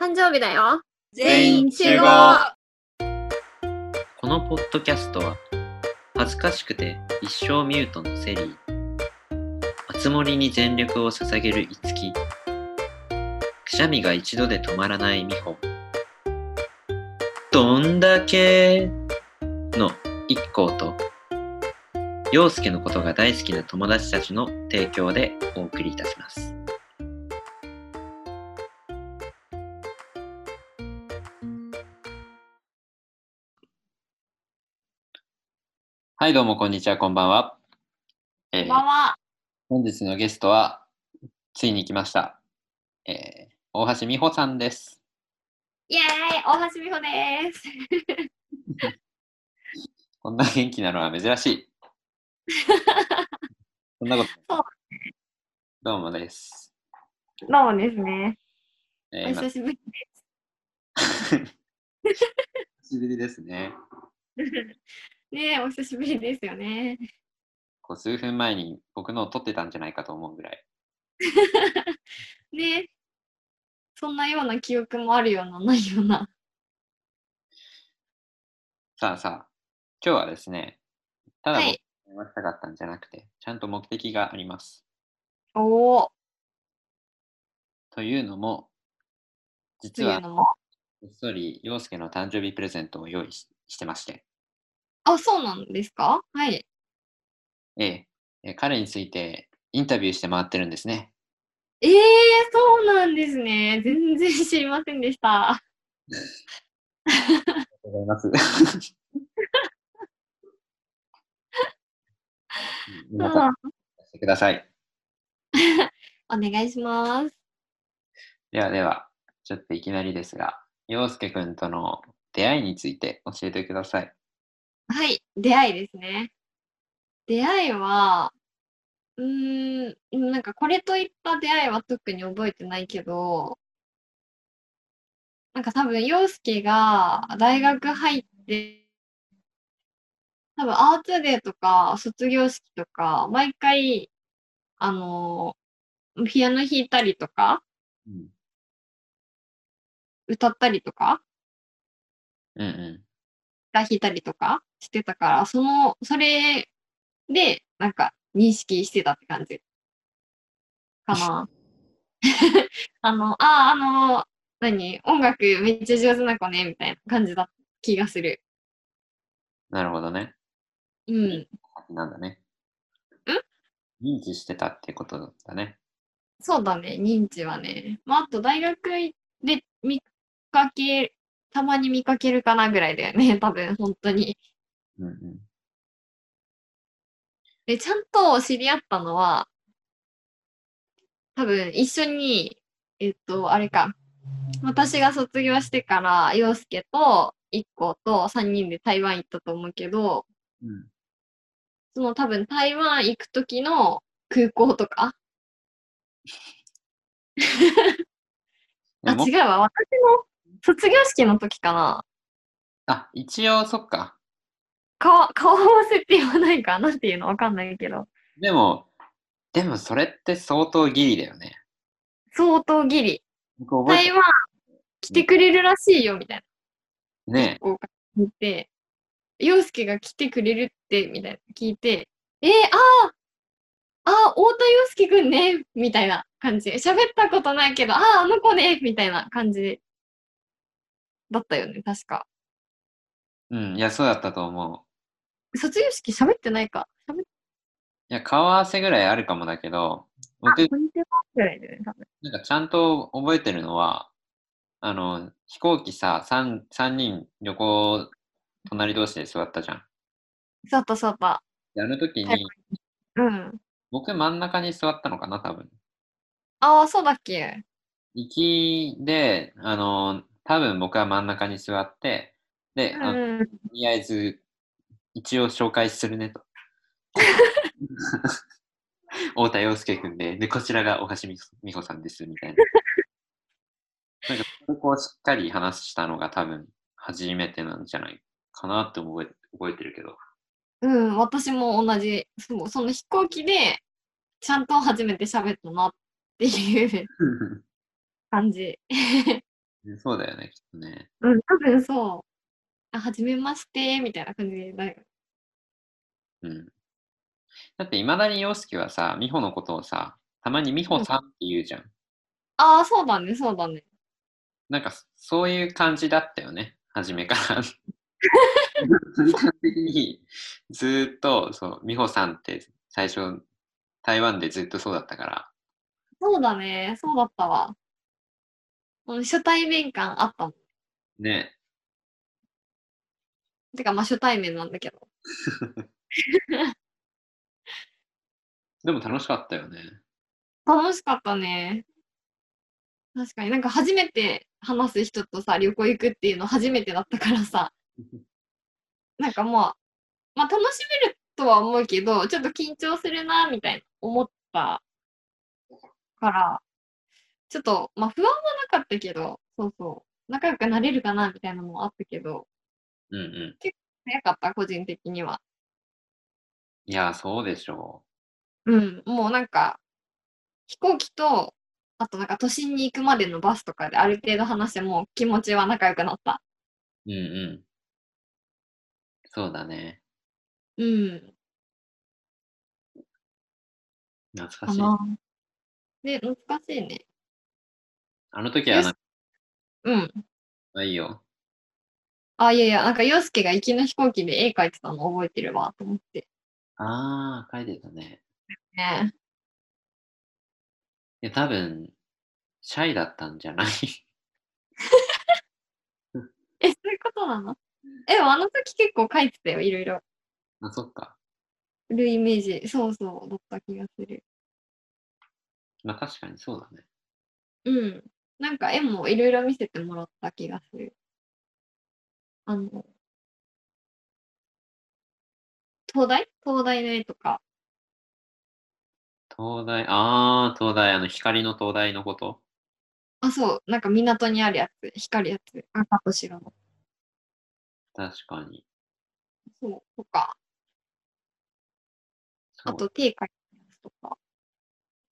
誕生日だよ全員集合このポッドキャストは恥ずかしくて一生ミュートのセリー熱盛に全力を捧げるいつきくしゃみが一度で止まらないみほどんだけの一行と陽介のことが大好きな友達たちの提供でお送りいたしますはいどうもこんにちはこんばんは、えーこんばんは。本日のゲストは、ついに来ました。えー大橋美穂さんです。イエーイ大橋美穂ですこんな元気なのは珍し い。そんなことない。どうもです。どうもですねえおー、今久しぶり 久しぶりですね。ねえお久しぶりですよねこう数分前に僕のを撮ってたんじゃないかと思うぐらい。ねえそんなような記憶もあるようなないようなさあさあ、今日はですね、ただは僕いが話したかったんじゃなくて、ちゃんと目的があります。おおというのも、と実いうは、のもこっそり陽介の誕生日プレゼントを用意ししてまして。あそうなんですかはいえええー、彼についてインタビューして回ってるんですね。ええそうなんですね全然知りませんでしたありがとうございます。 皆さん、うんしてください。お願いしますではでは、ちょっといきなりですが、陽介くんとの出会いについて教えてください。はい、出会いですね。出会いは、うーん、なんかこれといった出会いは特に覚えてないけど、なんか多分、陽介が大学入って、多分、アーツデーとか卒業式とか、毎回、あの、ピアノ弾いたりとか、うん、歌ったりとか、うん、うが弾いたりとかしてたから、その、それで、なんか認識してたって感じ。かな。あの、ああ、あの、何音楽めっちゃ上手な子ね、みたいな感じだった気がする。ん。なるほどね。うん。なんだね。ん認知してたってことだったね。そうだね、認知はね。まあ、あと大学で見かけ、たまに見かけるかなぐらいだよね、多分、本当に。うん、うん。で、ちゃんと知り合ったのは、多分一緒に、えっと、あれか、私が卒業してから、陽介と一行と3人で台湾行ったと思うけど、うん、その多分台湾行く時の空港とか、あ、でも違うわ、私の卒業式の時かな。あ、一応、そっか。顔、顔合わせって言わないかなんていうのわかんないけど、でも、でもそれって相当ギリだよね。相当ギリ。僕覚えて台湾来てくれるらしいよ、みたいな。ねこう聞いて、陽介が来てくれるって、みたいな聞いて、えー、あーあー、太田陽介くんね、みたいな感じ。喋ったことないけど、ああ、あの子ね、みたいな感じだったよね、確か。うん、いや、そうだったと思う。卒業式喋ってないか。喋っいや、顔合わせぐらいあるかもだけど、僕、てないぐらいだよね、多分。なんかちゃんと覚えてるのは、あの、飛行機さ、3, 三人旅行、隣同士で座ったじゃん。そうだった、そうだった。で、あの時はいに、うん。僕真ん中に座ったのかな、多分。ああ、そうだっけ。行きで、あの、多分僕は真ん中に座って、で、うあのとん。りあえず、一応紹介するねと。太田洋介くんで、で、こちらが大橋み美穂さんです、みたいな。なんか、そこをしっかり話したのが多分、初めてなんじゃないかなって覚え覚えてるけど。うん、私も同じ。そうその飛行機で、ちゃんと初めて喋ったなっていう。感じ。そうだよね、きっとね。うん、多分そう。あ、はじめまして、みたいな感じで、なんかうん。だって、いまだに洋介はさ、美穂のことをさ、たまに美穂さんって言うじゃん。ああ、そうだね、そうだね。なんか、そういう感じだったよね、初めから。瞬間的に、ずーっと、そう、美穂さんって、最初、台湾でずっとそうだったから、そうだね、そうだったわ。うん、初対面感あったもん。ね、てか、まあ初対面なんだけど。でも楽しかったよね。楽しかったね。確かになんか初めて話す人とさ、旅行行くっていうの初めてだったからさ。なんかもう、まあ楽しめるとは思うけど、ちょっと緊張するな、みたいな思ったから、ちょっと、まあ不安はなかったけど、そうそう、仲良くなれるかな、みたいなのもあったけど、うんうん。早かった、個人的には。いや、そうでしょうん、もうなんか、飛行機と、あとなんか都心に行くまでのバスとかである程度話してもう気持ちは仲良くなった。う。うんうん。そうだね。うん。懐かかしい。な。で、難しいね。あの時はなんか、うん。まあいいよ。あ、いやいや、なんか、洋介が行きの飛行機で絵描いてたの覚えてるわ、と思って。ああ、書いてたね。ねいや、多分、シャイだったんじゃない え、そういうことなのえ、でもあの時結構描いてたよ、いろいろ。あ、そっか。るイメージ、そうそう、だった気がする。まあ確かにそうだね。うん。なんか、絵もいろいろ見せてもらった気がする。あの、東大東大の絵とか。東大、ああ、東大、あの、光の東大のことあ、そう、なんか港にあるやつ、光るやつ。赤と白の。確かに。そう、とか。そあうと、手描いたやつとか。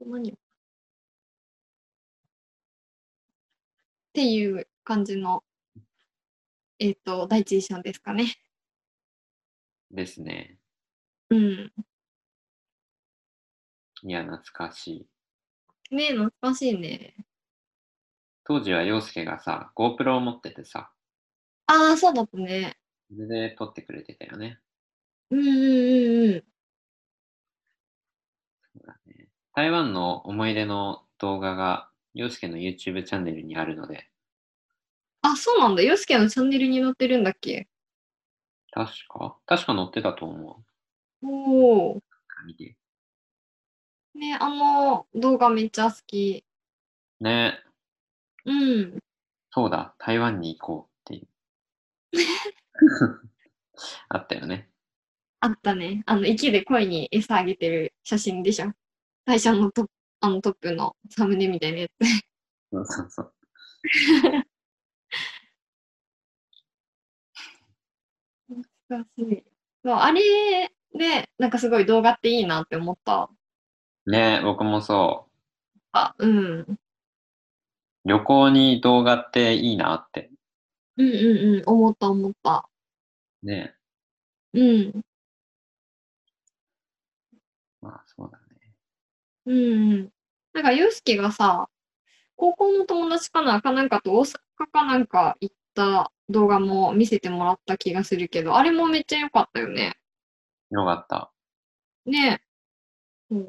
何をっていう感じの、えっ、と、第一印象ですかね。ですね。うん。いや、懐かしい。ねえ、懐かしいね。当時は洋介がさ、GoPro を持っててさ、ああ、そうだったね。それで撮ってくれてたよね。うんうんうんうん。そうだね台湾の思い出の動画が、洋介の YouTube チャンネルにあるので、あ、そうなんだ。ヨスケのチャンネルに載ってるんだっけ確か確か載ってたと思おお。う。見て。ねあの動画めっちゃ好き。ねうん。そうだ、台湾に行こうっていう。 あったよね。あったね。あの、池で鯉に餌あげてる写真でしょ。最初のトップ、あのトップのサムネみたいなやつ。そうそうそう。懐かしい。そう、あれで、なんかすごい動画っていいなって思った。ね僕もそう。あ、うん。うん旅行に動画っていいなって。うんうん。思った思った。ねうん。まあそうだね。うんうん。なんか、ゆうすけがさ、高校の友達かなかなんかと大阪かなんか行った動画も見せてもらった気がするけど、あれもめっちゃ良かったよね。よかった。ねえ。そう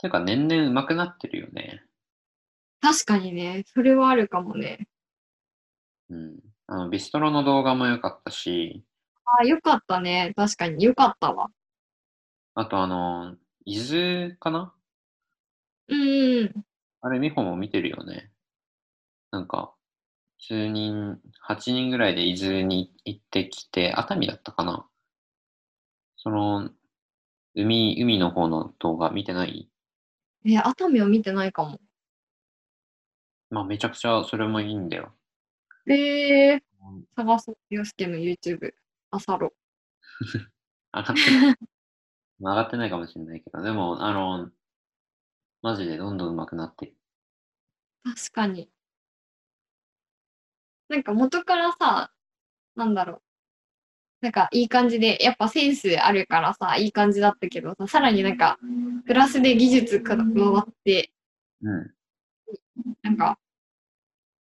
ていうか年々上手くなってるよね。確かにね、それはあるかもね。うん。あの、ビストロの動画も良かったし、ああ、よかったね。確かに。よかったわ。あとあの、伊豆かなうんうん。あれ、美穂も見てるよね。なんか、数人、8人ぐらいで伊豆に行ってきて、熱海だったかなその、海、海の方の動画見てないえ、熱海を見てないかも。まあ、めちゃくちゃそれもいいんだよ。ええうん探そう。洋介の YouTube。あさろ。上がってない。 まあ上がってないかもしれないけど、でも、あの、マジでどんどん上手くなってる。確かに。なんか元からさ、なんだろう。なんかいい感じで、やっぱセンスあるからさ、いい感じだったけどさ、さらになんか、プラスで技術加わって、うん。なんか、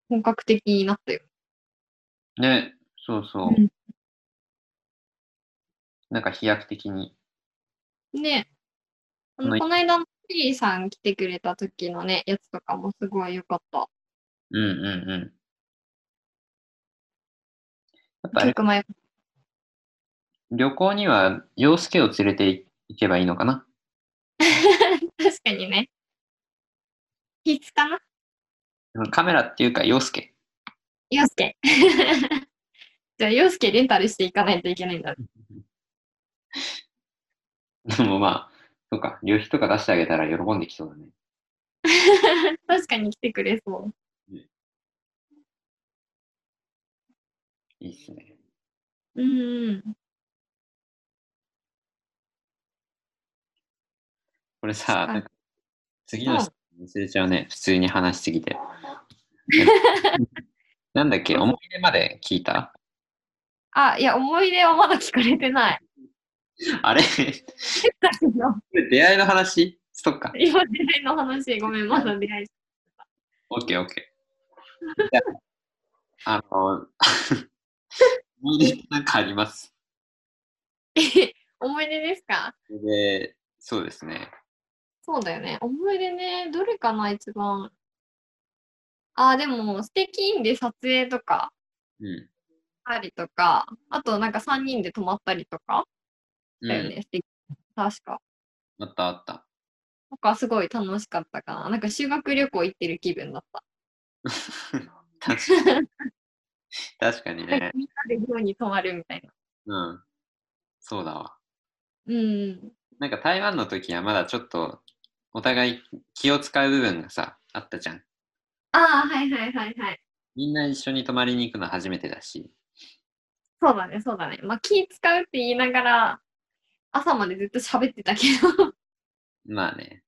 本格的になったよ。ね、そうそう。うんなんか飛躍的に。ね。あはのいこの間のシリーさん来てくれた時のね、やつとかもすごい良かった。うんうんうん。やっぱり曲も良かっ旅行には洋介を連れて行けばいいのかなた 確かにね。必須かなカメラっていうか洋介。洋介。 じゃあ、洋介レンタルしていかないといけないんだ。でもまあ、そうか、旅費とか出してあげたら喜んできそうだね。確かに来てくれそう。いいっすね。うんうん。これさ、はいなんか次の質問忘れちゃうね。普通に話しすぎて。なんだっけ、思い出まで聞いたあ、いや、思い出はまだ聞かれて ない。あれ今、出会いの話そっか。出会いの話、ごめん、まだ出会い。オッケーオッケー。じゃあ、あの、 思い出なんかあります。思い 出ですかで、そうですね。そうだよね。思い出ね、どれかな、一番。あ、でも、素敵インで撮影とか、うん。したりとか、あと、なんか3人で泊まったりとか、だようん、ね、素敵。確か。あったあった。 なんかすごい楽しかったかな。なんか修学旅行行ってる気分だった。確かに。確かになんかね。みんなで寮に泊まるみたいな。うん。そうだわ。うん。なんか台湾の時はまだちょっとお互い気を使う部分がさ、あったじゃん。ああ、はいはいはいはい。みんな一緒に泊まりに行くの初めてだし。そうだね、そうだね。まあ気使うって言いながら、朝までずっと喋ってたけど。まあね。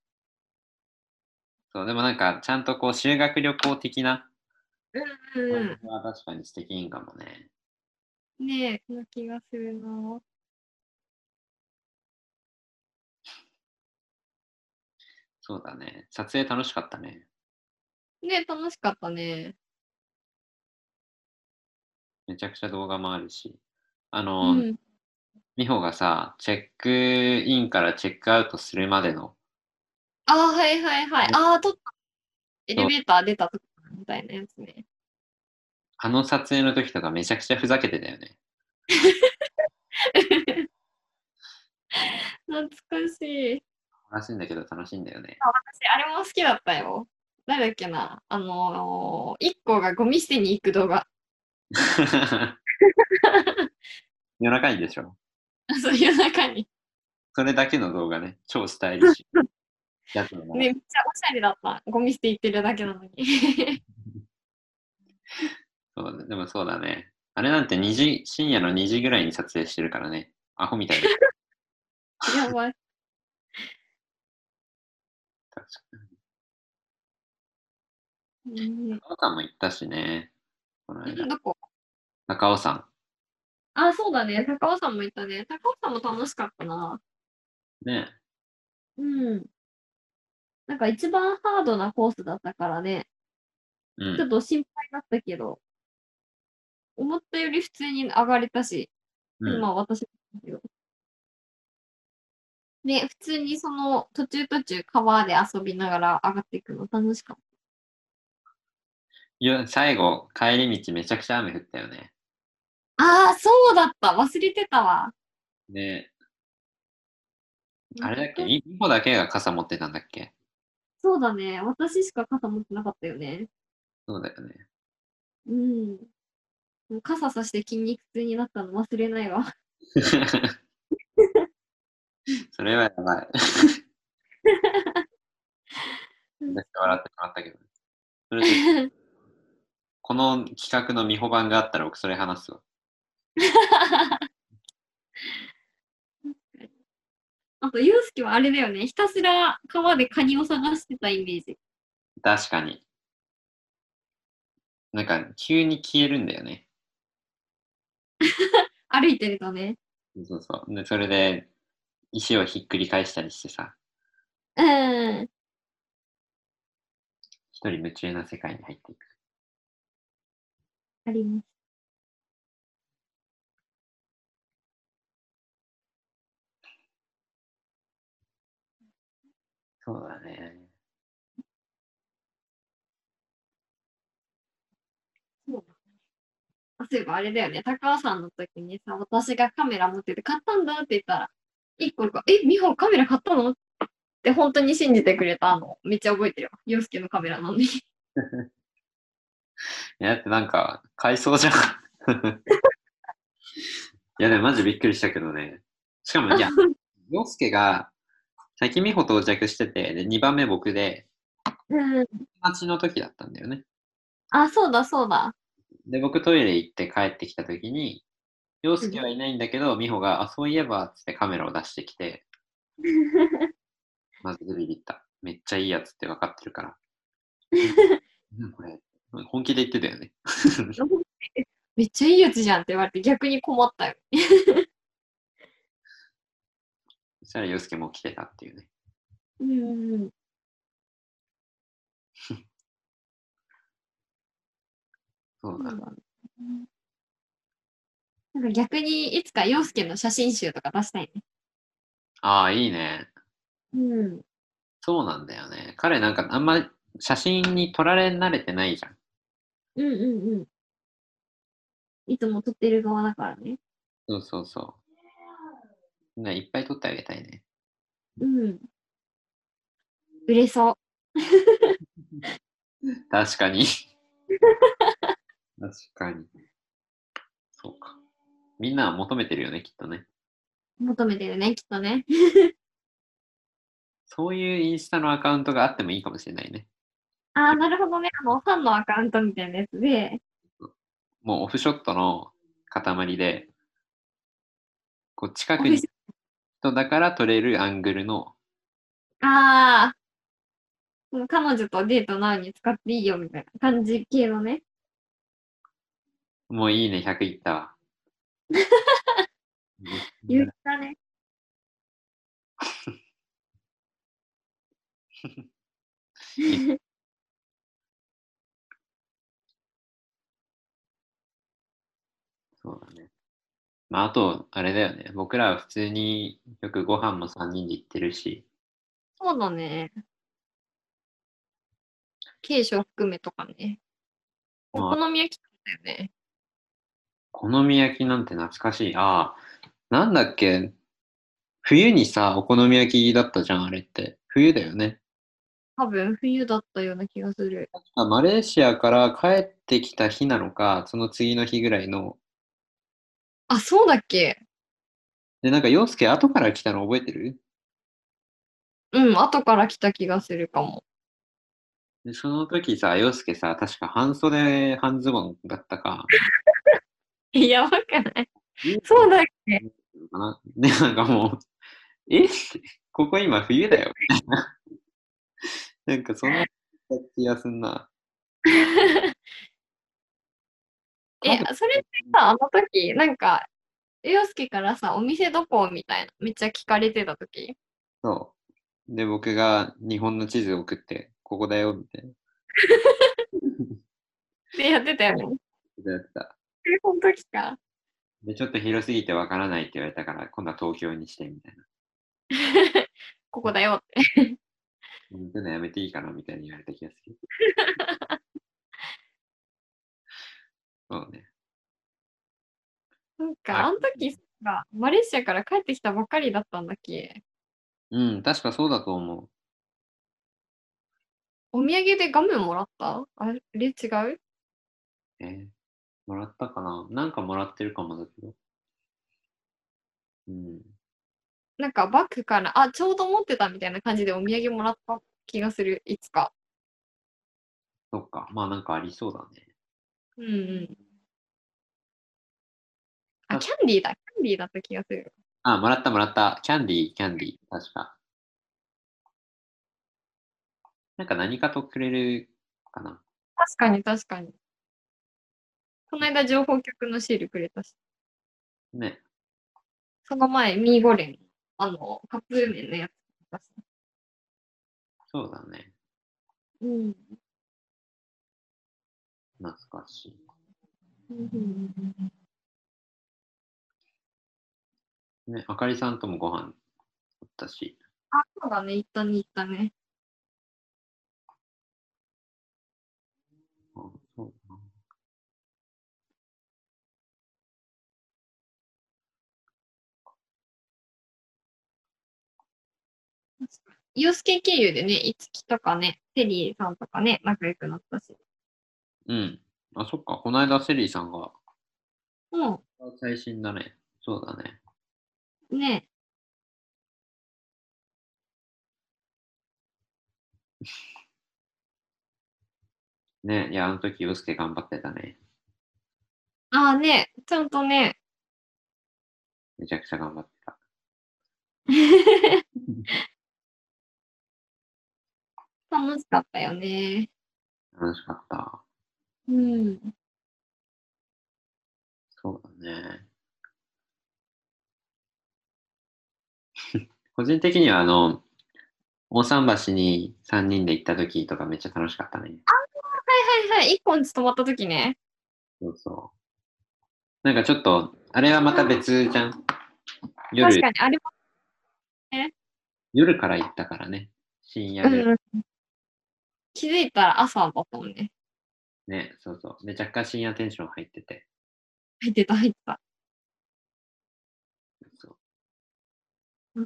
そう、でもなんかちゃんとこう修学旅行的なうん感。じは確かに素敵いいんかもね。ねえ、この気がするな。そうだね。撮影楽しかったね。ねえ、楽しかったね。めちゃくちゃ動画もあるし。あうの、ん。美穂がさ、チェックインからチェックアウトするまでの、ああ、はいはいはい。ああ、撮った。エレベーター出たとこみたいなやつね。あの撮影の時とかめちゃくちゃふざけてたよね。懐かしい。楽しいんだけど楽しいんだよね。私、あれも好きだったよ。誰だっけなあのー、一個がゴミ捨てに行く動画。 夜中にでしょそういう中に。それだけの動画ね、超スタイリッシ ュ。やつのね、めっちゃおしゃれだった。ゴミ捨て行ってるだけな のに。そうだでもそうだね。あれなんて2時、深夜の2時ぐらいに撮影してるからね。アホ みたいな。やばい。確かに。うん高尾さんも行ったしね。この間。どこ高尾山。あ、そうだね。高尾さんもいたね。高尾さんも楽しかったな。ね。うん。なんか一番ハードなコースだったからね。うちょっん。と心配だったけど、思ったより普通に上がれたし、うん、まあ私もだけど。ね、普通にその途中途中川で遊びながら上がっていくの楽しかっいや最後、帰り道めちゃくちゃ雨降ったよね。た。ああー、そうだった忘れてたわ。ね。あれだっけみみほだけが傘持ってたんだっけそうだね。私しか傘持ってなかったよね。そうだよ ね。うん。もう傘さして筋肉痛になったの忘れないわ。 それはや ばい。めっちゃ笑ってしまったけど。それでこの企画の見本版があったら僕それ話すわ。あと、ユうスケはあれだよね。ひたすら川でカニを探してたイメージ。確かに。なんか急に消えるんだよね。歩いてるとね。そうそう。で、それで石をひっくり返したりしてさ、うん。一人夢中な世界に入っていく。あります。そうだね。あそういえばあれだよね。高尾さんの時にさ、私がカメラ持ってて買ったんだって言ったら、一個が、え、美穂カメラ買ったのって本当に信じてくれたの。めっちゃ覚えてるよ。洋介のカメラなのに。いや、だってなんか、買いそうじゃん。 いや、でもマジびっくりしたけどね。しかも、いや、洋介が、先美穂到着してて、で、2番目僕で、うん。待ちの時だったんだよね。あ、そうだそうだ。で、僕トイレ行って帰ってきた時に、洋介はいないんだけど、美穂が、あ、そういえば、つってカメラを出してき て、まずビビった。めっちゃいいやつって分かってる から。うんこれ、本気で言ってたよね。めっちゃいいやつじゃんって言われて逆に困ったよ。そしたら洋介も来てたっていうね。うん。そうだ。なんか逆にいつか洋介の写真集とか出したいね。ああ、いいね。うん。そうなんだよね。彼なんかあんま写真に撮られ慣れてないじゃん。うんうんうん。いつも撮ってる側だからね。そうそうそう。ね、いっぱい撮ってあげたいね。うん。売れそう。確かに。確かに。そうか。みんなは求めてるよね、きっとね。求めてるね、きっとね。そういうインスタのアカウントがあってもいいかもしれないね。ああ、なるほどね。あの、ファンのアカウントみたいなやつで。もうオフショットの塊で、こう近くオにフシ人だから撮れるアングルの、ああ。その彼女とデートなのに使っていいよみたいな感じ系のね。もういいね、100いった わ。言ったね。そうだね。まあ、あと、あれだよね。僕らは普通によくご飯も3人で行ってるし、そうだね。軽食含めとかね。おまあ好み焼きだよね。お好み焼きなんて懐かしい。ああ、なんだっけ。冬にさ、お好み焼きだったじゃん、あれって。冬だよね。多分冬だったような気がする。あマレーシアから帰ってきた日なのか、その次の日ぐらいの。あ、そうだっけで、なんか、洋介後から来たの覚えてるうん、後から来た気がするかも。で、その時さ、洋介さ、確か半袖、半ズボンだったか。い や、わかんない。そうだっ けかな。で、なんかもう、え ここ今冬だよ。 みたいななんかそんな気がすんな。え、それってさ、あの時、なんか、洋介からさ、お店どこみたいな、めっちゃ聞かれてた時。そう。で、僕が日本の地図を送って、ここだよ、みたいなで、やってたよね。ことやってた。え、その時か。で、ちょっと広すぎてわからないって言われたから、今度は東京にして、みたいな。ここだよって。うんそういうのやめていいかな、みたいに言われた気がする。そうね。なんはいか、あの時さ、マレーシアから帰ってきたばっかりだったんだっけうん、確かそうだと思う。お土産でガムもらったあれ違うえーもらったかななんかもらってるかもだけど。うん。なんかバッグから、あ、ちょうど持ってたみたいな感じでお土産もらった気がする、いつか。そっか。まあなんかありそうだね。うんうん。あ、キャンディーだ。キャンディーだった気がする。あ、もらったもらった。キャンディー、キャンディー。確か。なんか何かとくれるかな。確かに確かに。この間情報局のシールくれたし、ね。その前、ミーゴレン、あの、カップ麺のやつくれたし。そうだね。うん。懐かしい。ね、あかりさんともご飯だったし、あ、そうだね、行ったね、行ったね。あそうだなユースケ経由でね、いつきとかね、テリーさんとかね、仲良くなったし。うん。あ、そっか。この間、セリーさんが、も最新だね。そうだね。う、ね、ね、いや、あの時、洋介頑張ってたね。ああね、ちゃんとね、めちゃくちゃ頑張ってた。楽しかったよね。楽しかった。うん。そうだね。 個人的には、あの、大桟橋に3人で行った時とかめっちゃ楽しかったね。はいはいはい、一本つ泊まった時ね。そうそう。なんかちょっと、あれはまた別じゃん。確夜か、に、あれも、夜から行ったからね。深夜うで。んうん。気づいたら朝だったもんね。ね、そうそう。で、若干深夜テンション入ってて。入ってた、入ってた。そう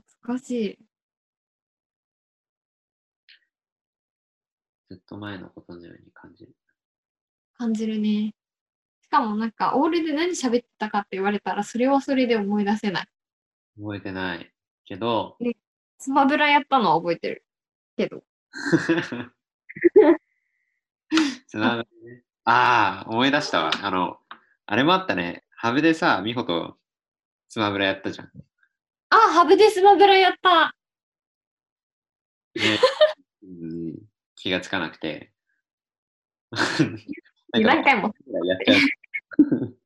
懐かしい。ずっと前のことのように感じる。感じるね。しかもなんか、オールで何喋ってたかって言われたら、それはそれで思い出せない。覚えてないけど、スマブラやったのは覚えてる。けど。つながりね。ああ、思い出したわ。あの、あれもあったね。ハブでさ、美穂とスマブラやったじゃん。あ、ハブでスマブラやった。ね うん気がつかなくて。 何回も。やっちゃう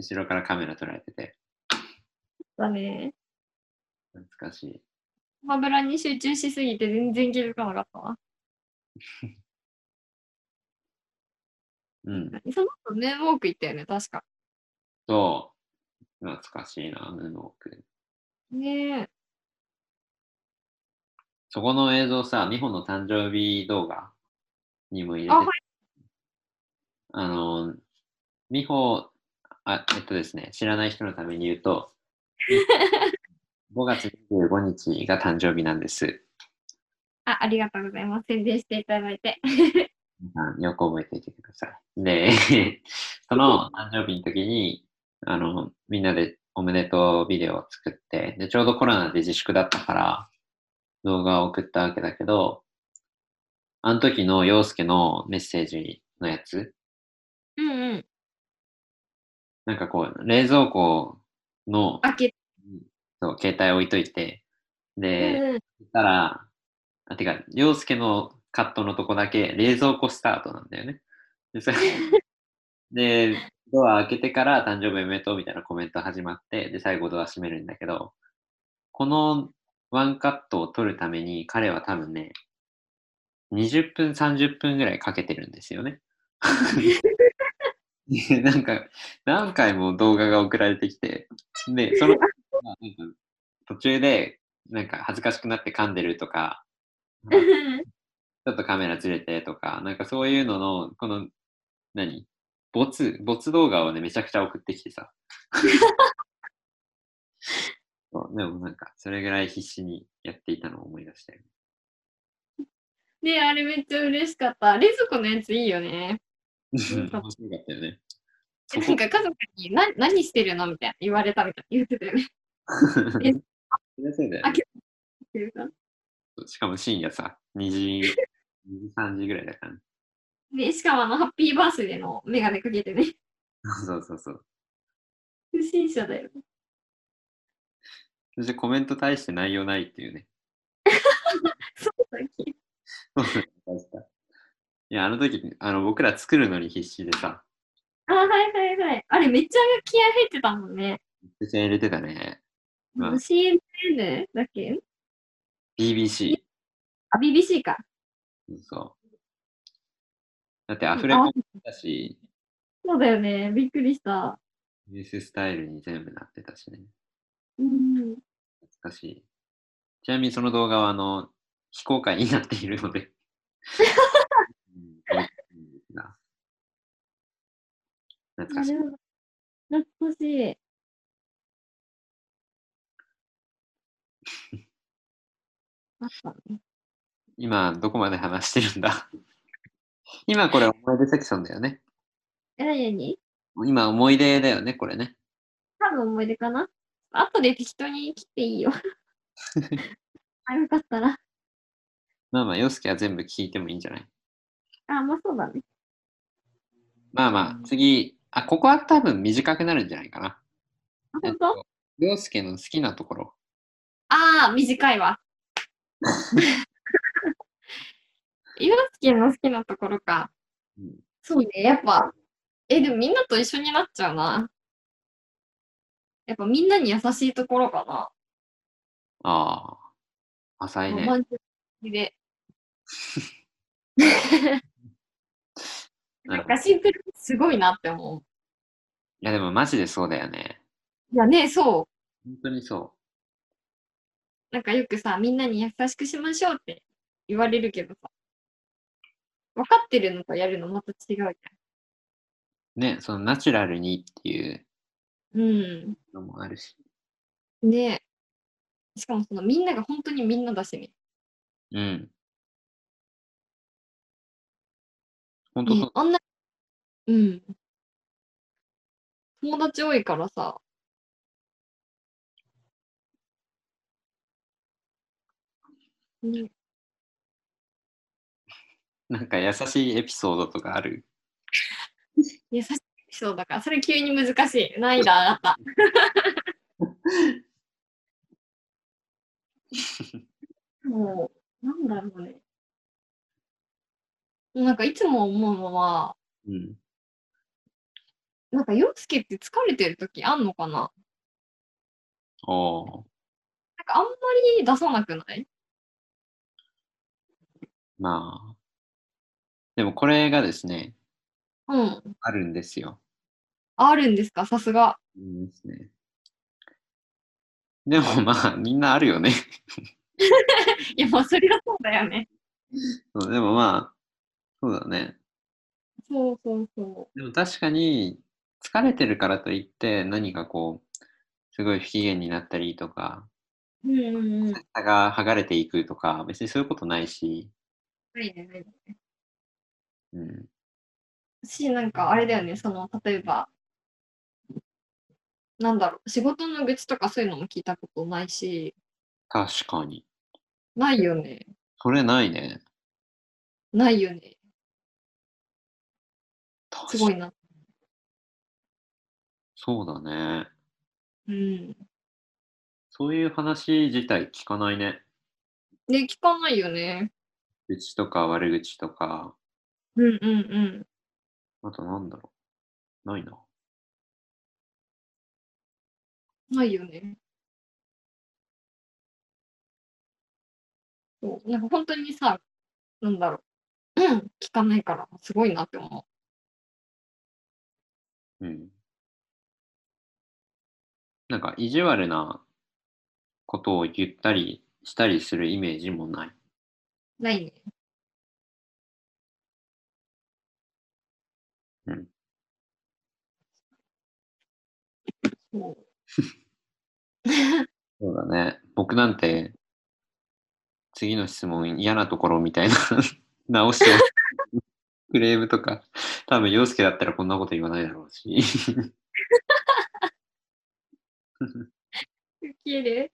後ろからカメラ撮られてて、だね。懐かしい。スマブラに集中しすぎて全然気づかなかったわ。うん。その後、ムーンウォーク行ったよね、確か。そう。懐かしいな、布奥。ねえ。そこの映像さ、美穂の誕生日動画にも入れてあ、はい。あの、美穂、あ、えっとですね、知らない人のために言うと、5月25日が誕生日なんです。あ、ありがとうございます。宣伝していただいて。皆さんよく覚えていてください。で、 その誕生日の時に、あの、みんなでおめでとうビデオを作って、で、ちょうどコロナで自粛だったから、動画を送ったわけだけど、あの時の陽介のメッセージのやつ、うんうん。なんかこう、冷蔵庫の開けて。そう携帯置いといて、で、うんうんそしたら、あ、てか、洋介のカットのとこだけ冷蔵庫スタートなんだよね。で、それでドア開けてから誕生日おめでとうみたいなコメント始まって、で、最後ドア閉めるんだけど、このワンカットを撮るために彼は多分ね、20分、30分ぐらいかけてるんですよね。なんか、何回も動画が送られてきて、で、その、まあなんか途中でなんか恥ずかしくなって噛んでるとか、ちょっとカメラずれてとか、なんかそういうのの、この、何没、没動画をね、めちゃくちゃ送ってきてさ。 そうでもなんか、それぐらい必死にやっていたのを思い出したよ。 ねえあれめっちゃ嬉しかった。冷蔵庫のやついいよね。面白かったよね。そなんか家族にな何してるのみたいな言われたみたいな言ってたよね。こ えそうだよねあしかも深夜さ、2時、2時3時ぐらいだからね。ね、しかもあの、ハッピーバースデーのメガネかけてね。そうそうそう。不審者だよ。そしてコメント対して内容ないっていうね。そうだっけ いや、あの時、あの僕ら作るのに必死でさ、あ、はいはいはい。あれ、めっちゃ気合入ってたもんね。めっちゃ入れてたね。うん CNN だっけ BBC。あ、BBC か。そう。だってアフレコだし、そうだよね。びっくりした。ニューススタイルに全部なってたしね。うん。懐かしい。ちなみにその動画は、あの、非公開になっているので。うんこれいいんですが懐かしい。なるほど懐かしい。あったね。今、どこまで話してるんだ今、これ思い出セクションだよね。え、何に今、思い出だよね、これね。多分思い出かな後で適当に切っていい よ。あ、よかったら。まあまあ、洋介は全部聞いてもいいんじゃないあ、まあそうだね。まあまあ、次。あ、ここは多分短くなるんじゃないかな。あ、え本っ当と洋介の好きなところ。ああ、短い わ。岩月の好きなところか。うんそうね、やっぱ。え、でもみんなと一緒になっちゃうな。やっぱみんなに優しいところかな。ああ、浅いね。ロマンチックで。 ななんるほどかシンプルにすごいなって思いやでもマジでそうだよね。う。いやね、そ。本当にそうなんかよくさ、みんなに優しくしましょうって言われるけどさ。分かってるのとやるのまた違うじゃん。う。ね、そのナチュラルにっていううん。のもあるし。ねしかもそのみんなが本当にみんなだしね。うん。本当ねそ、あんな、うん。友達多いからさ。ね、う、なんか優しいエピソードとかある。優しい人だから、それ急に難しい。難易度上がった。もう、なんだろうね。なんかいつも思うのは、うん。なんか洋介って疲れてる時あんのかなおーなんかあんまり出さなくないまあ。でもこれがですね、うん。あるんですよ。あるんですかさすが。ありますね。 でもまあ、みんなあるよね。 いや、まあ、そりゃそうだよね。そうでもまあ、そうだね。そうそうそでも確かに疲れてるからといって何かこうすごい不機嫌になったりとかう。うんうんうん。は差が剥がれていくとか別にそういうことないし、いね、はいね。うん、し、なんかあれだよね、その、例えば、なんだろう、仕事の愚痴とかそういうのも聞いたことないし、確かにないよね。それないねないよね。す確かごにいな。そうだねうん。そういう話自体聞かないねね、聞かないよね。愚痴とか悪口とかうんうんうん。あとなんだろうないなないよね。そう、なんか本当にさ、なんだろう、 うん、聞かないから、すごいなって思う。うんなんか意地悪なことを言ったりしたりするイメージもないないね。うん。 そう。そうだね。僕なんて、次の質問嫌なところみたいな 直してほしいクレームとか、多分洋介だったらこんなこと言わないだろうし。 受ける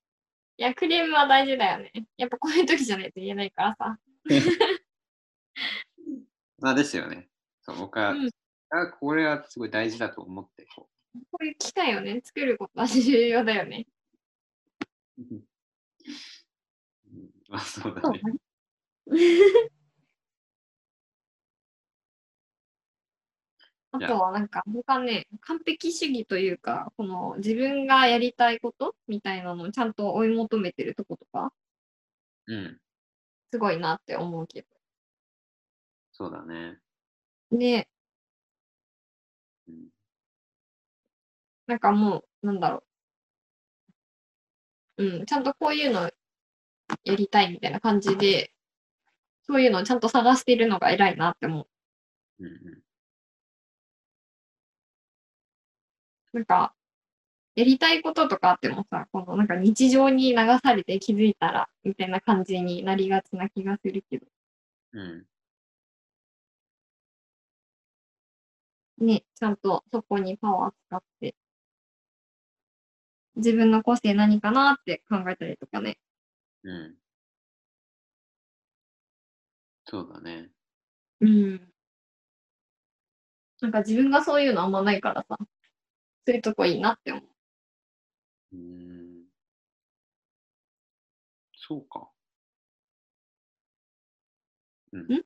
いや、クレームは大事だよね。やっぱこういう時じゃないと言えないからさ。まあですよね。そう僕は、うんあこれはすごい大事だと思ってここういう機会をね、作ることは重要だよね。う。 うんまあそうだそうね。 ねああとはなんか他ね、完璧主義というか、この自分がやりたいことみたいなのをちゃんと追い求めてるとことか、うん、すごいなって思うけそうだね。ど。ね、うん、なんかもう、なんだろう。うん、ちゃんとこういうのやりたいみたいな感じで、そういうのをちゃんと探しているのが偉いなって思う。うん、うなんか、やりたいこととかあってもさ、このなんか日常に流されて気づいたら、みたいな感じになりがちな気がするけど、ん、うん。ね、ちゃんとそこにパワー使って、自分の個性何かなって考えたりとかね。うん。そうだね。うん。なんか自分がそういうのあんまないからさ、そういうとこいいなって思う。うーん。そうか。うん。んんい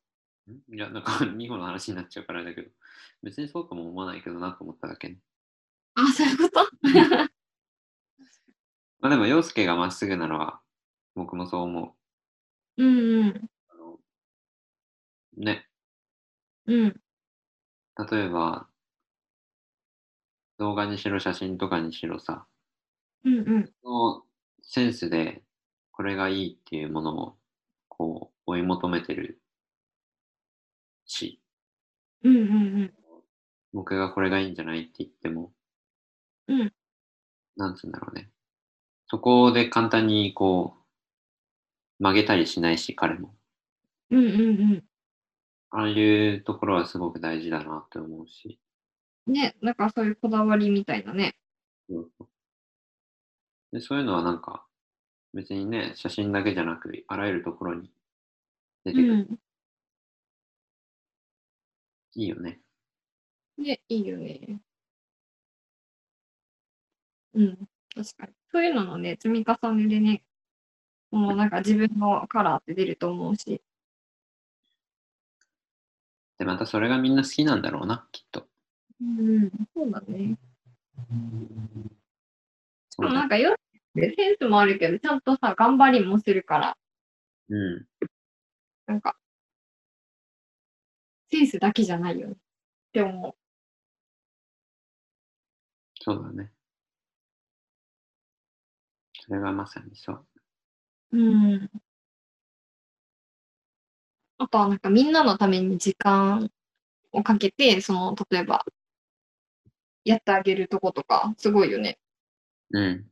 や、なんか、 美穂の話になっちゃうからあれだけど、別にそうかも思わないけどなと思っただけね。あ、そういうことまあでも、洋介がまっすぐなのは、僕もそう思うんうん。う。あのね、うん。例えば、動画にしろ写真とかにしろさ、うんうん。のセンスでこれがいいっていうものをこう追い求めてるし、うんうん僕がこれがいいんじゃないって言っても、うんなんつうんだろうね。そこで簡単にこう曲げたりしないし、彼も。うん。うんうんああいうところはすごく大事だなって思うし。うん。ね、なんかそういうこだわりみたいなね。そうそうでそういうのはなんか別にね、写真だけじゃなく、あらゆるところに出てうくる。ん。いいよね。ね、いいよね。うん、確かに。そういうののね、積み重ねでね、もうなんか自分のカラーって出ると思うし、で、またそれがみんな好きなんだろうな、きっと。うん、そうだね。しうかもなんん。かよ、センスもあるけど、ちゃんとさ、頑張りもするから、うなんか、センスだけじゃないよね。って思う。そうだね。それがまさにそう。うん。あとはなんかみんなのために時間をかけて、その、例えば、やってあげるとことか、すごいよね。うん。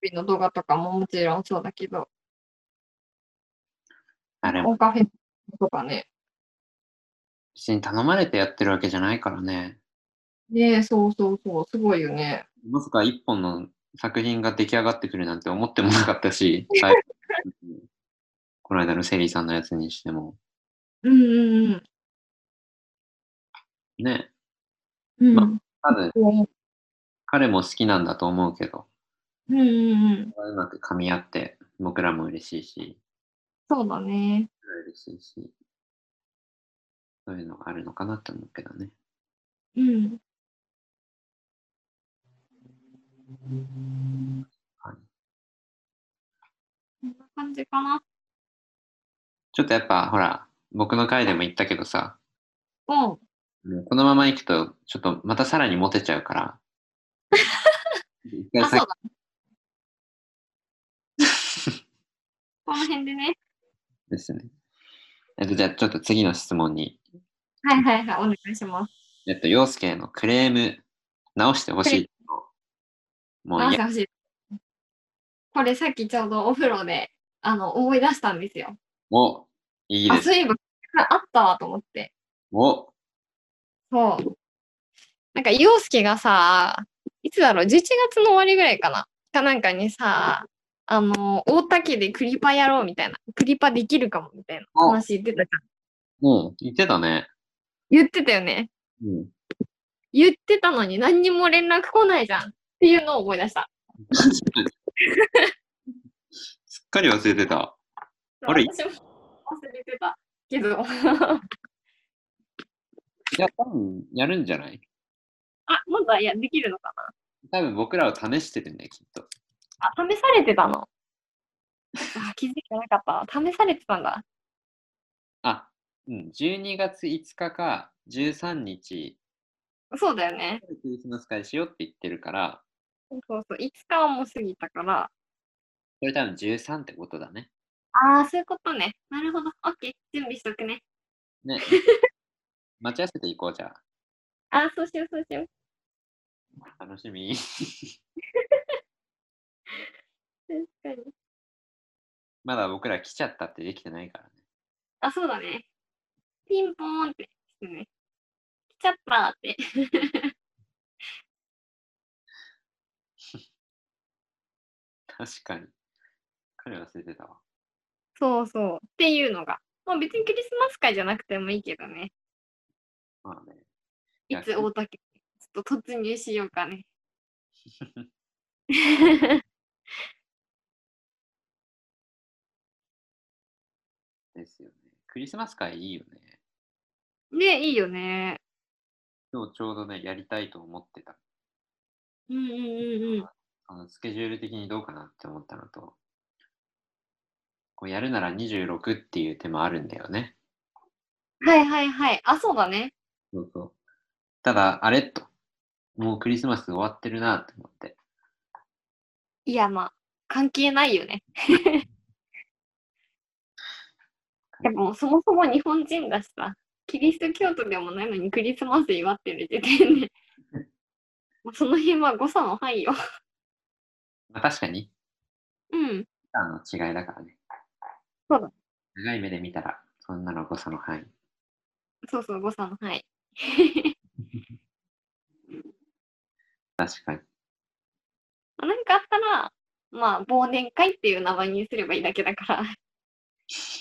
日々の動画とかももちろんそうだけど、あれもオーカフェとかね。別に頼まれてやってるわけじゃないからね。ねえ、そうそうそう、すごいよね。まさか一本の作品が出来上がってくるなんて思ってもなかったし、最後この間のセリーさんのやつにしても。うんうんね。うん。まうん多分こ彼も好きなんだと思うけど、ううんうんうん。うまく噛み合って、僕らも嬉しいし、そうだね。嬉しいし、そういうのがあるのかなって思うけどね。うん。はいこんな感じかな。ちょっとやっぱほら、僕の回でも言ったけどさ、うん。もうこのまま行くと、ちょっとまたさらにモテちゃ うから。一回あ、そうさだ。 この辺でね。ですね。えっと、じゃあちょっと次の質問に、はいはいはい、お願いします。えっと、洋介へのクレーム、直してほしい。もう直しいてや、ほしい。これさっきちょうどお風呂で、あの、思い出したんですよ。お、いいあ、ですそう。いえば、あったわと思って。お、そう。なんか、洋介がさ、いつだろう、11月の終わりぐらいかな。かなんかにさ、あの、大竹でクリパやろうみたいな、クリパできるかもみたいなお話言ってたじゃん。うん、言って たね。言ってたよね。うん。 言ってたのに何にも連絡来ないじゃんっていうのを思い出した。すっかり忘れてた。あれ私も忘れてたけど。いや、多分やるんじゃないあ、まだいや、できるのか多分僕らを試してるね、きっと。な。あ、試されてたの。あ、気づいてなかったわ。試されてたんだ。あ、うん、12月5日か13日、そうだよね。クリスマス会しようって言ってるから、そうそうそう。5日はもう過ぎたから。これ多分13ってことだね。ああ、そういうことね。なるほど。オッケー。準備しとくね。 ね。待ち合わせていこうじゃあ。ああ、そうしよう、そうしよう。楽しみ。 確かに。まだ僕ら来ちゃったってできてないからね。あ、そうだね。ピンポーンってしてね。来ちゃったーって。確かに。彼忘れてたわ。そうそう。っていうのが。まあ別にクリスマス会じゃなくてもいいけどね。まあね。いやつ大竹にちょっと突入しようか ね。 ですよね。クリスマス会いいよね。ねいいよね。今日ちょうどね、やりたいと思ってた。うんうんうんうん。あのスケジュール的にどうかなって思ったのと、こうやるなら26っていう手もあるんだよね。 はいはいはい。あ、そうだね。そうそう。ただ、あれと。もうクリスマス終わってるなって思って。いや、まあ、関係ないよ ね。でも、そもそも日本人だしさ、キリスト教徒でもないのにクリスマス祝ってる時点 で、もうその辺は誤差の範囲よ。まあ、確かに、うん。あの違いだからね。そうだ。長い目で見たら、そんなの誤差の範囲。そうそう、誤差の範囲。確かに。まあなんかあったら、まあ、忘年会っていう名前にすればいいだけだから。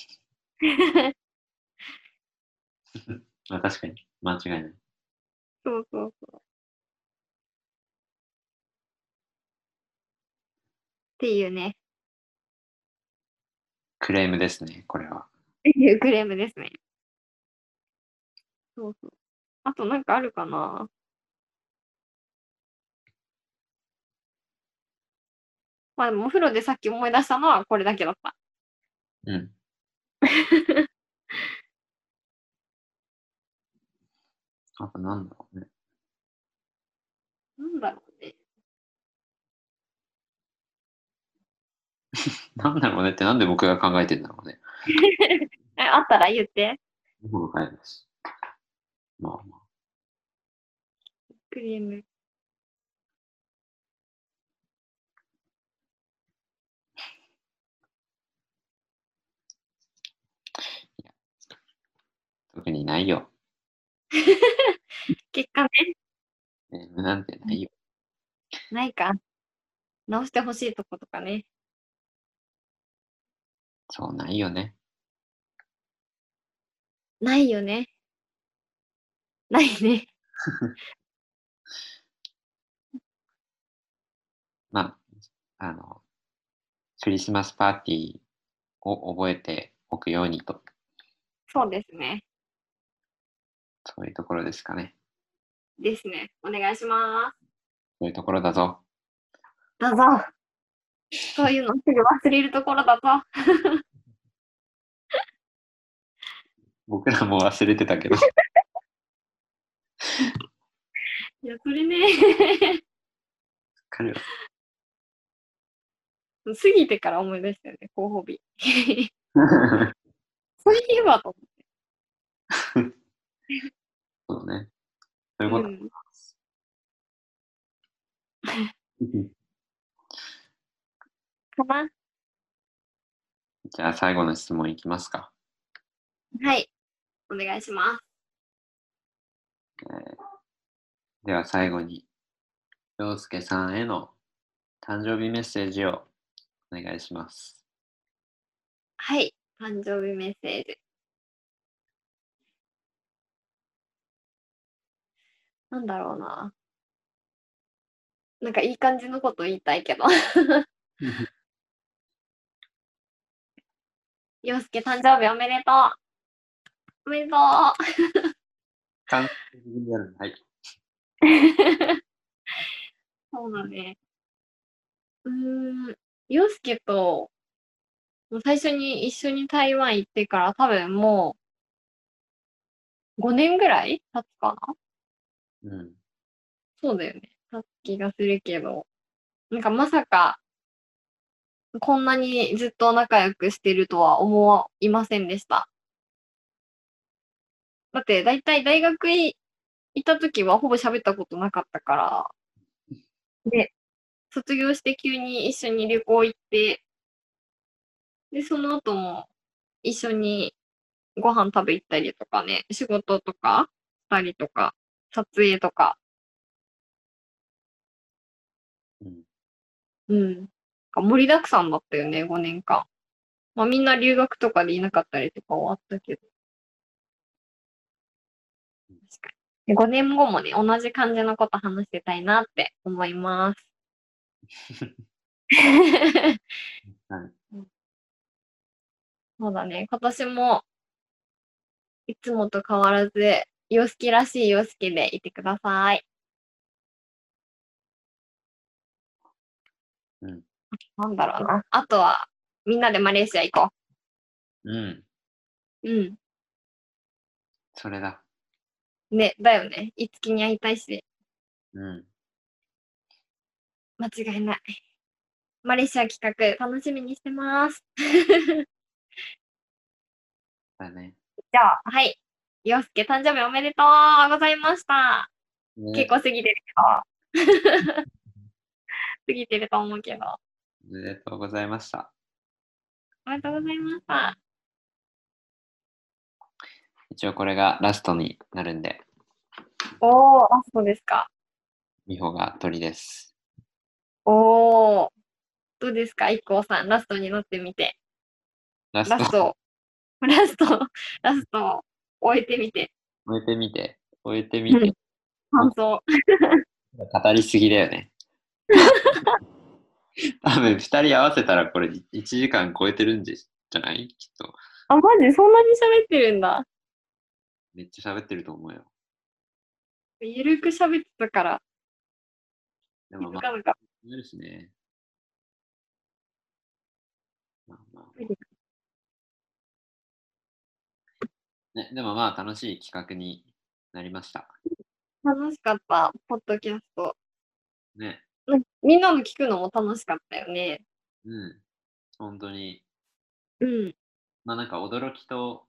まあ、確かに。間違いない。そうそうそう。っていうね、クレームですね、これは。っていうクレームですね。そうそう。あとなんかあるかなまあでもお風呂でさっき思い出したのはこれだけだった。 うん。あとなんだろうね。なんだろうね。なんだろうねってなんで僕が考えてんだろうね。え、あったら言って。もう帰るし。まあまあ。クリーム。特にないよ。結果ね、クレームなんてないよ。ないか。直してほしいとことかね。そう、ないよね。ないよね。ないね。まあ、あの、クリスマスパーティーを覚えておくようにと、そうですね。そういうところですかね。ですね。お願いします。そういうところだぞ。どうぞ。そういうのすぐ忘れるところだぞ。僕らも忘れて たけど。いや、それね。 彼は過ぎてから思い出したよね、候補日。そういえばと そうね。そういう思っこて。とうん、かなじゃあ最後の質問いきますか。はい。お願いします。えーでは最後に、洋介さんへの誕生日メッセージをお願いします。はい。誕生日メッセージ。なんだろうな。なんかいい感じのこと言いたいけど。 洋介誕生日おめでとう。おめでとう。完全にやるはい。そうだね。うーん、洋介と、もう最初に一緒に台湾行ってから多分もう、5年ぐらい経つかなうん。そうだよね。経つ気がするけど。なんかまさか、こんなにずっと仲良くしてるとは思いませんでした。だって、だいたい大学い行った時はほぼ喋ったことなかったから。で、卒業して急に一緒に旅行行って、で、その後も一緒にご飯食べ行ったりとかね、仕事とかしたりとか、撮影とか、うん。うん。なんか盛りだくさんだったよね、5年間。まあみんな留学とかでいなかったりとかはあったけど。確かに。で5年後もね、同じ感じのこと話してたいなって思います。はいそうだね、今年もいつもと変わらず、洋介らしい洋介でいてください。うん。なんだろうな。あとは、みんなでマレーシア行こうん。う。うん。それだ。ね、だよね。いつきに会いたいし、うん。間違いない。マレーシア企画、楽しみにしてます。だね。じゃあ、はい。洋介誕生日おめでとうございました。ね結構過ぎてるけど。 過ぎてると思うけど。おめでとうございました。おめでとうございました。一応これがラストになるんで、おー、あ、そうですか。美穂が鳥です。おー。どうですか、一行さん、ラストになってみて。ラスラトストを、ラスト、ラストを終えてみて、終えてみて、終えてみて、感想。語りすぎだよね。 多分2人合わせたらこれ1時間超えてるんじゃないきっと。あ、マジそんなに喋ってるんだ。めっちゃ喋ってると思うよ。ゆるく喋ってたから、で気もづまかあ、なかっなるしね。まあま無理あ。ね、でもまあ楽しい企画になりました。た。楽しかった、ポッドキャスト。ね。なんかみんなの聞くのも楽しかったよね。うん。本当にうん。まあなんか驚きと、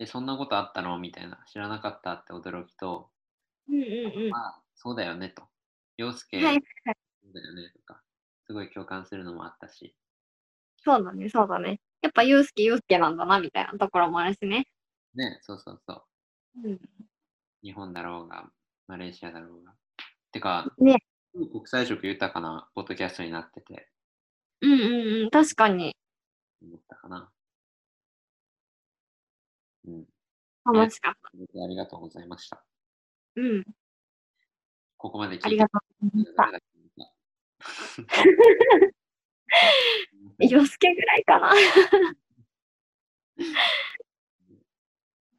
え、そんなことあったのみたいな、知らなかったって驚きと、うんうんまあそうだよねと、洋う介、ん。はい。そうだよねとか、すごい共感するのもあったし、そうだね、そうだね。やっぱ、ゆうすけゆうすけなんだな、みたいなところもあるしね。ね、そうそうそう、うん。日本だろうが、マレーシアだろうが。てか、ね国際色豊かなポッドキャストになってて、うんうんうん。確かに、思ったかな。うん、楽しかった。ありがとうございました。うん。ここまであ聞いりてがとうございました。た。ゆうすけぐらいかな。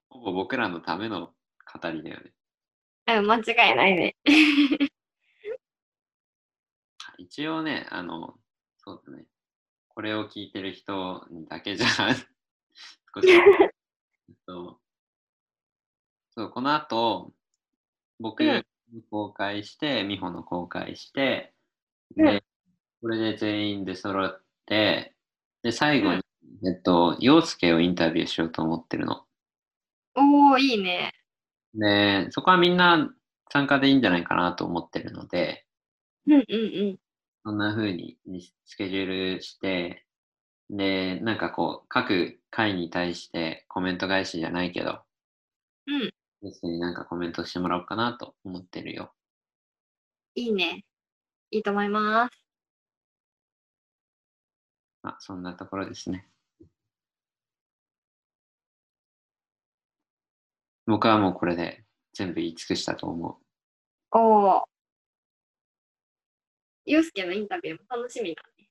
ほぼ僕らのための語りだよね。うん、間違いないね。一応ね、あの、そうだね。これを聞いてる人にだけじゃ、 少し、えっと、そう、この後、僕うんの公開して、美穂の公開して、うで、これで全員で揃って、で、最後に、えっと、陽介をインタビューしようと思ってるの。 おー、いいね。で、そこはみんな参加でいいんじゃないかなと思ってるので、うんうんうん。そんな風ににスケジュールして、で、なんかこう、各回に対してコメント返しじゃないけど、うん。別になんかコメントしてもらおうかなと思ってるよ。いいね。いいと思います。まあ、そんなところですね。僕はもうこれで全部言い尽くしたと思おー。ゆうすけのインタビューも楽しみだね。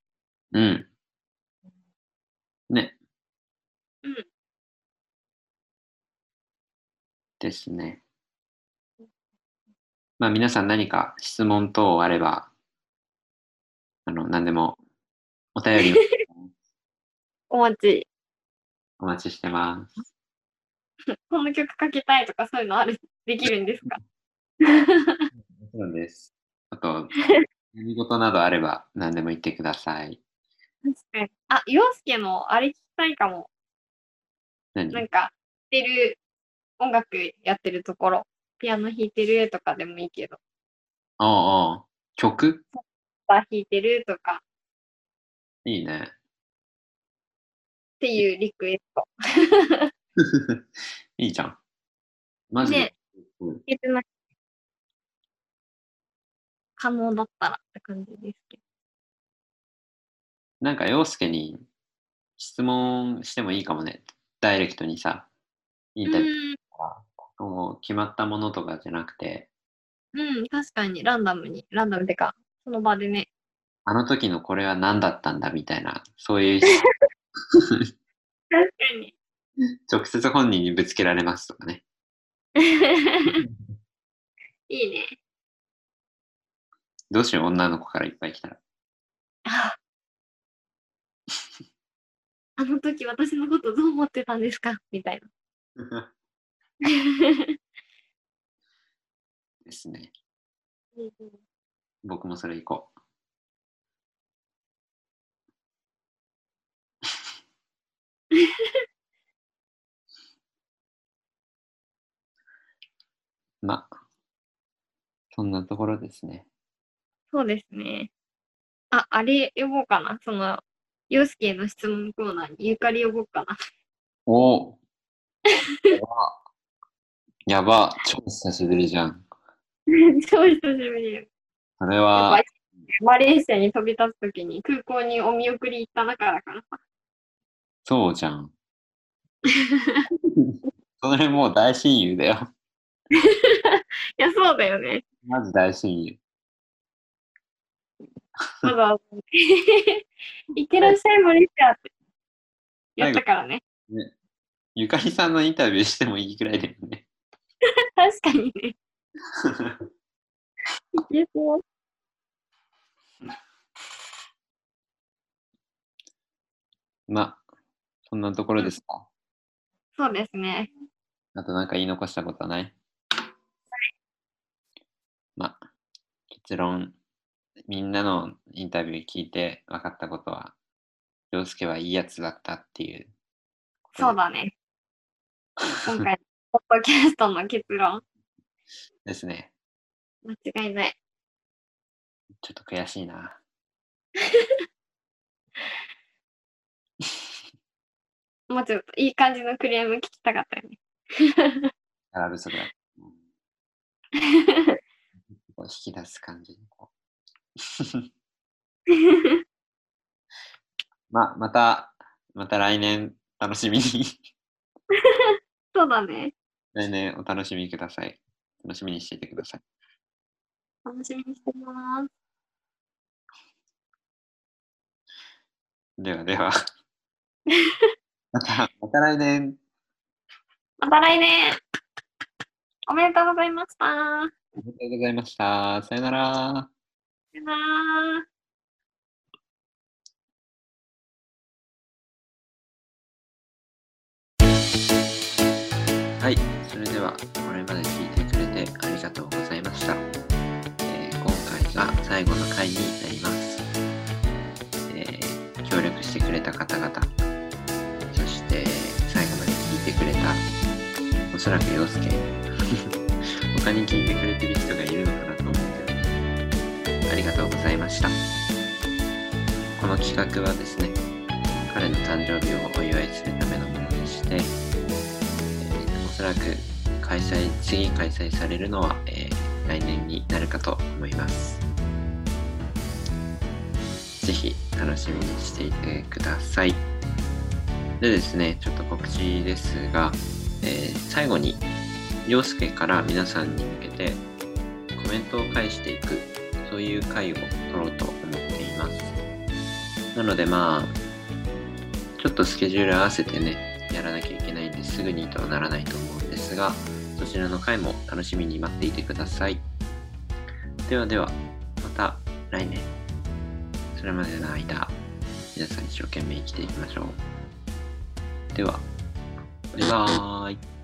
う。うん。ね。うん。ですね。まあ皆さん何か質問等あればあの、何でも、お 便りもお待ち。お待ちしてます。この曲書きたいとかそういうのある、できるんですかもちろんです。あと、何事などあれば何でも言ってください。確かに。あ、洋介のあれ聞きたいかも。何なんか、弾いてる、音楽やってるところ、ピアノ弾いてるとかでもいいけど、おうおう曲バー弾いてるとかっいいね。 ていうリクエスト。いいじゃん。マジで。ねうん聞けてない。可能だったらって感じですけど。なんか、洋介に質問してもいいかもね。ダイレクトにさ、インタビューうんとか、もう決まったものとかじゃなくて、うん、確かに、ランダムに、ランダムでか、その場でね。あの時のこれは何だったんだみたいな、そういう確かに。直接本人にぶつけられますとかね。 いいね。 どうしよう、女の子からいっぱい来たら。ああの時私のことどう思ってたんですかみたいな。 ですね。うん僕もそれ行こう。 まあ、そんなところですね。そうですね。あ、あれ呼ぼうかな。その、洋介の質問コーナーにゆかり呼ぼうかな。お おやば、超久しぶりじゃん。 超久しぶり。それやっぱは、マレーシアに飛び立つときに空港にお見送り行った中だからさ。そうじゃん。それもう大親友だよ。いや、そうだよ ね。マジ大親友。わざわざ。いってらっしゃい、マレーシアって。やったからね。ゆかりさんのインタビューしてもいいくらいだよね。 確かにね。いけそう。まあ、そんなところですか。そうですね。あとなんか言い残したことはないまあ、結論、みんなのインタビュー聞いて分かったことは、洋介はいいやつだったっていう。そうだね。今回、ポッドキャストの結論、ですね。間違いない。ちょっと悔しいな。もうちょっといい感じのクレーム聞きたかったよね。 力不足だ。うんこう引き出す感じにこ う。まあ、また、また来年楽しみに。そうだね。来年お楽しみください。楽しみにしていてください。楽しみにしてます。ではでは。また、また来年。また来年おめでとうございましたさありがとうございました。さよなら。よならはい、それではこれまで聞いてくれてありがとうございました。えー今回が最後の回になります。えー協力してくれた方々、そして最後まで聞いてくれた、おそらく陽介。 他に聞いてくれてる人がいるのかなと思うけど、ありがとうございました。この企画はですね、彼の誕生日をお祝いするためのものでして、えーおそらく開催次開催されるのは、えー来年になるかと思いますぜひ楽しみにしていてくださいでですねちょっと告知ですが、えー最後に陽介から皆さんに向けてコメントを返していくそういう回を取ろうと思っていますなのでまあちょっとスケジュール合わせてねやらなきゃいけないんですぐにとはならないと思うんですがそちらの回も楽しみに待っていてくださいではではまた来年それまでの間、皆さん一生懸命生きていきましょう。では、バイバーイ。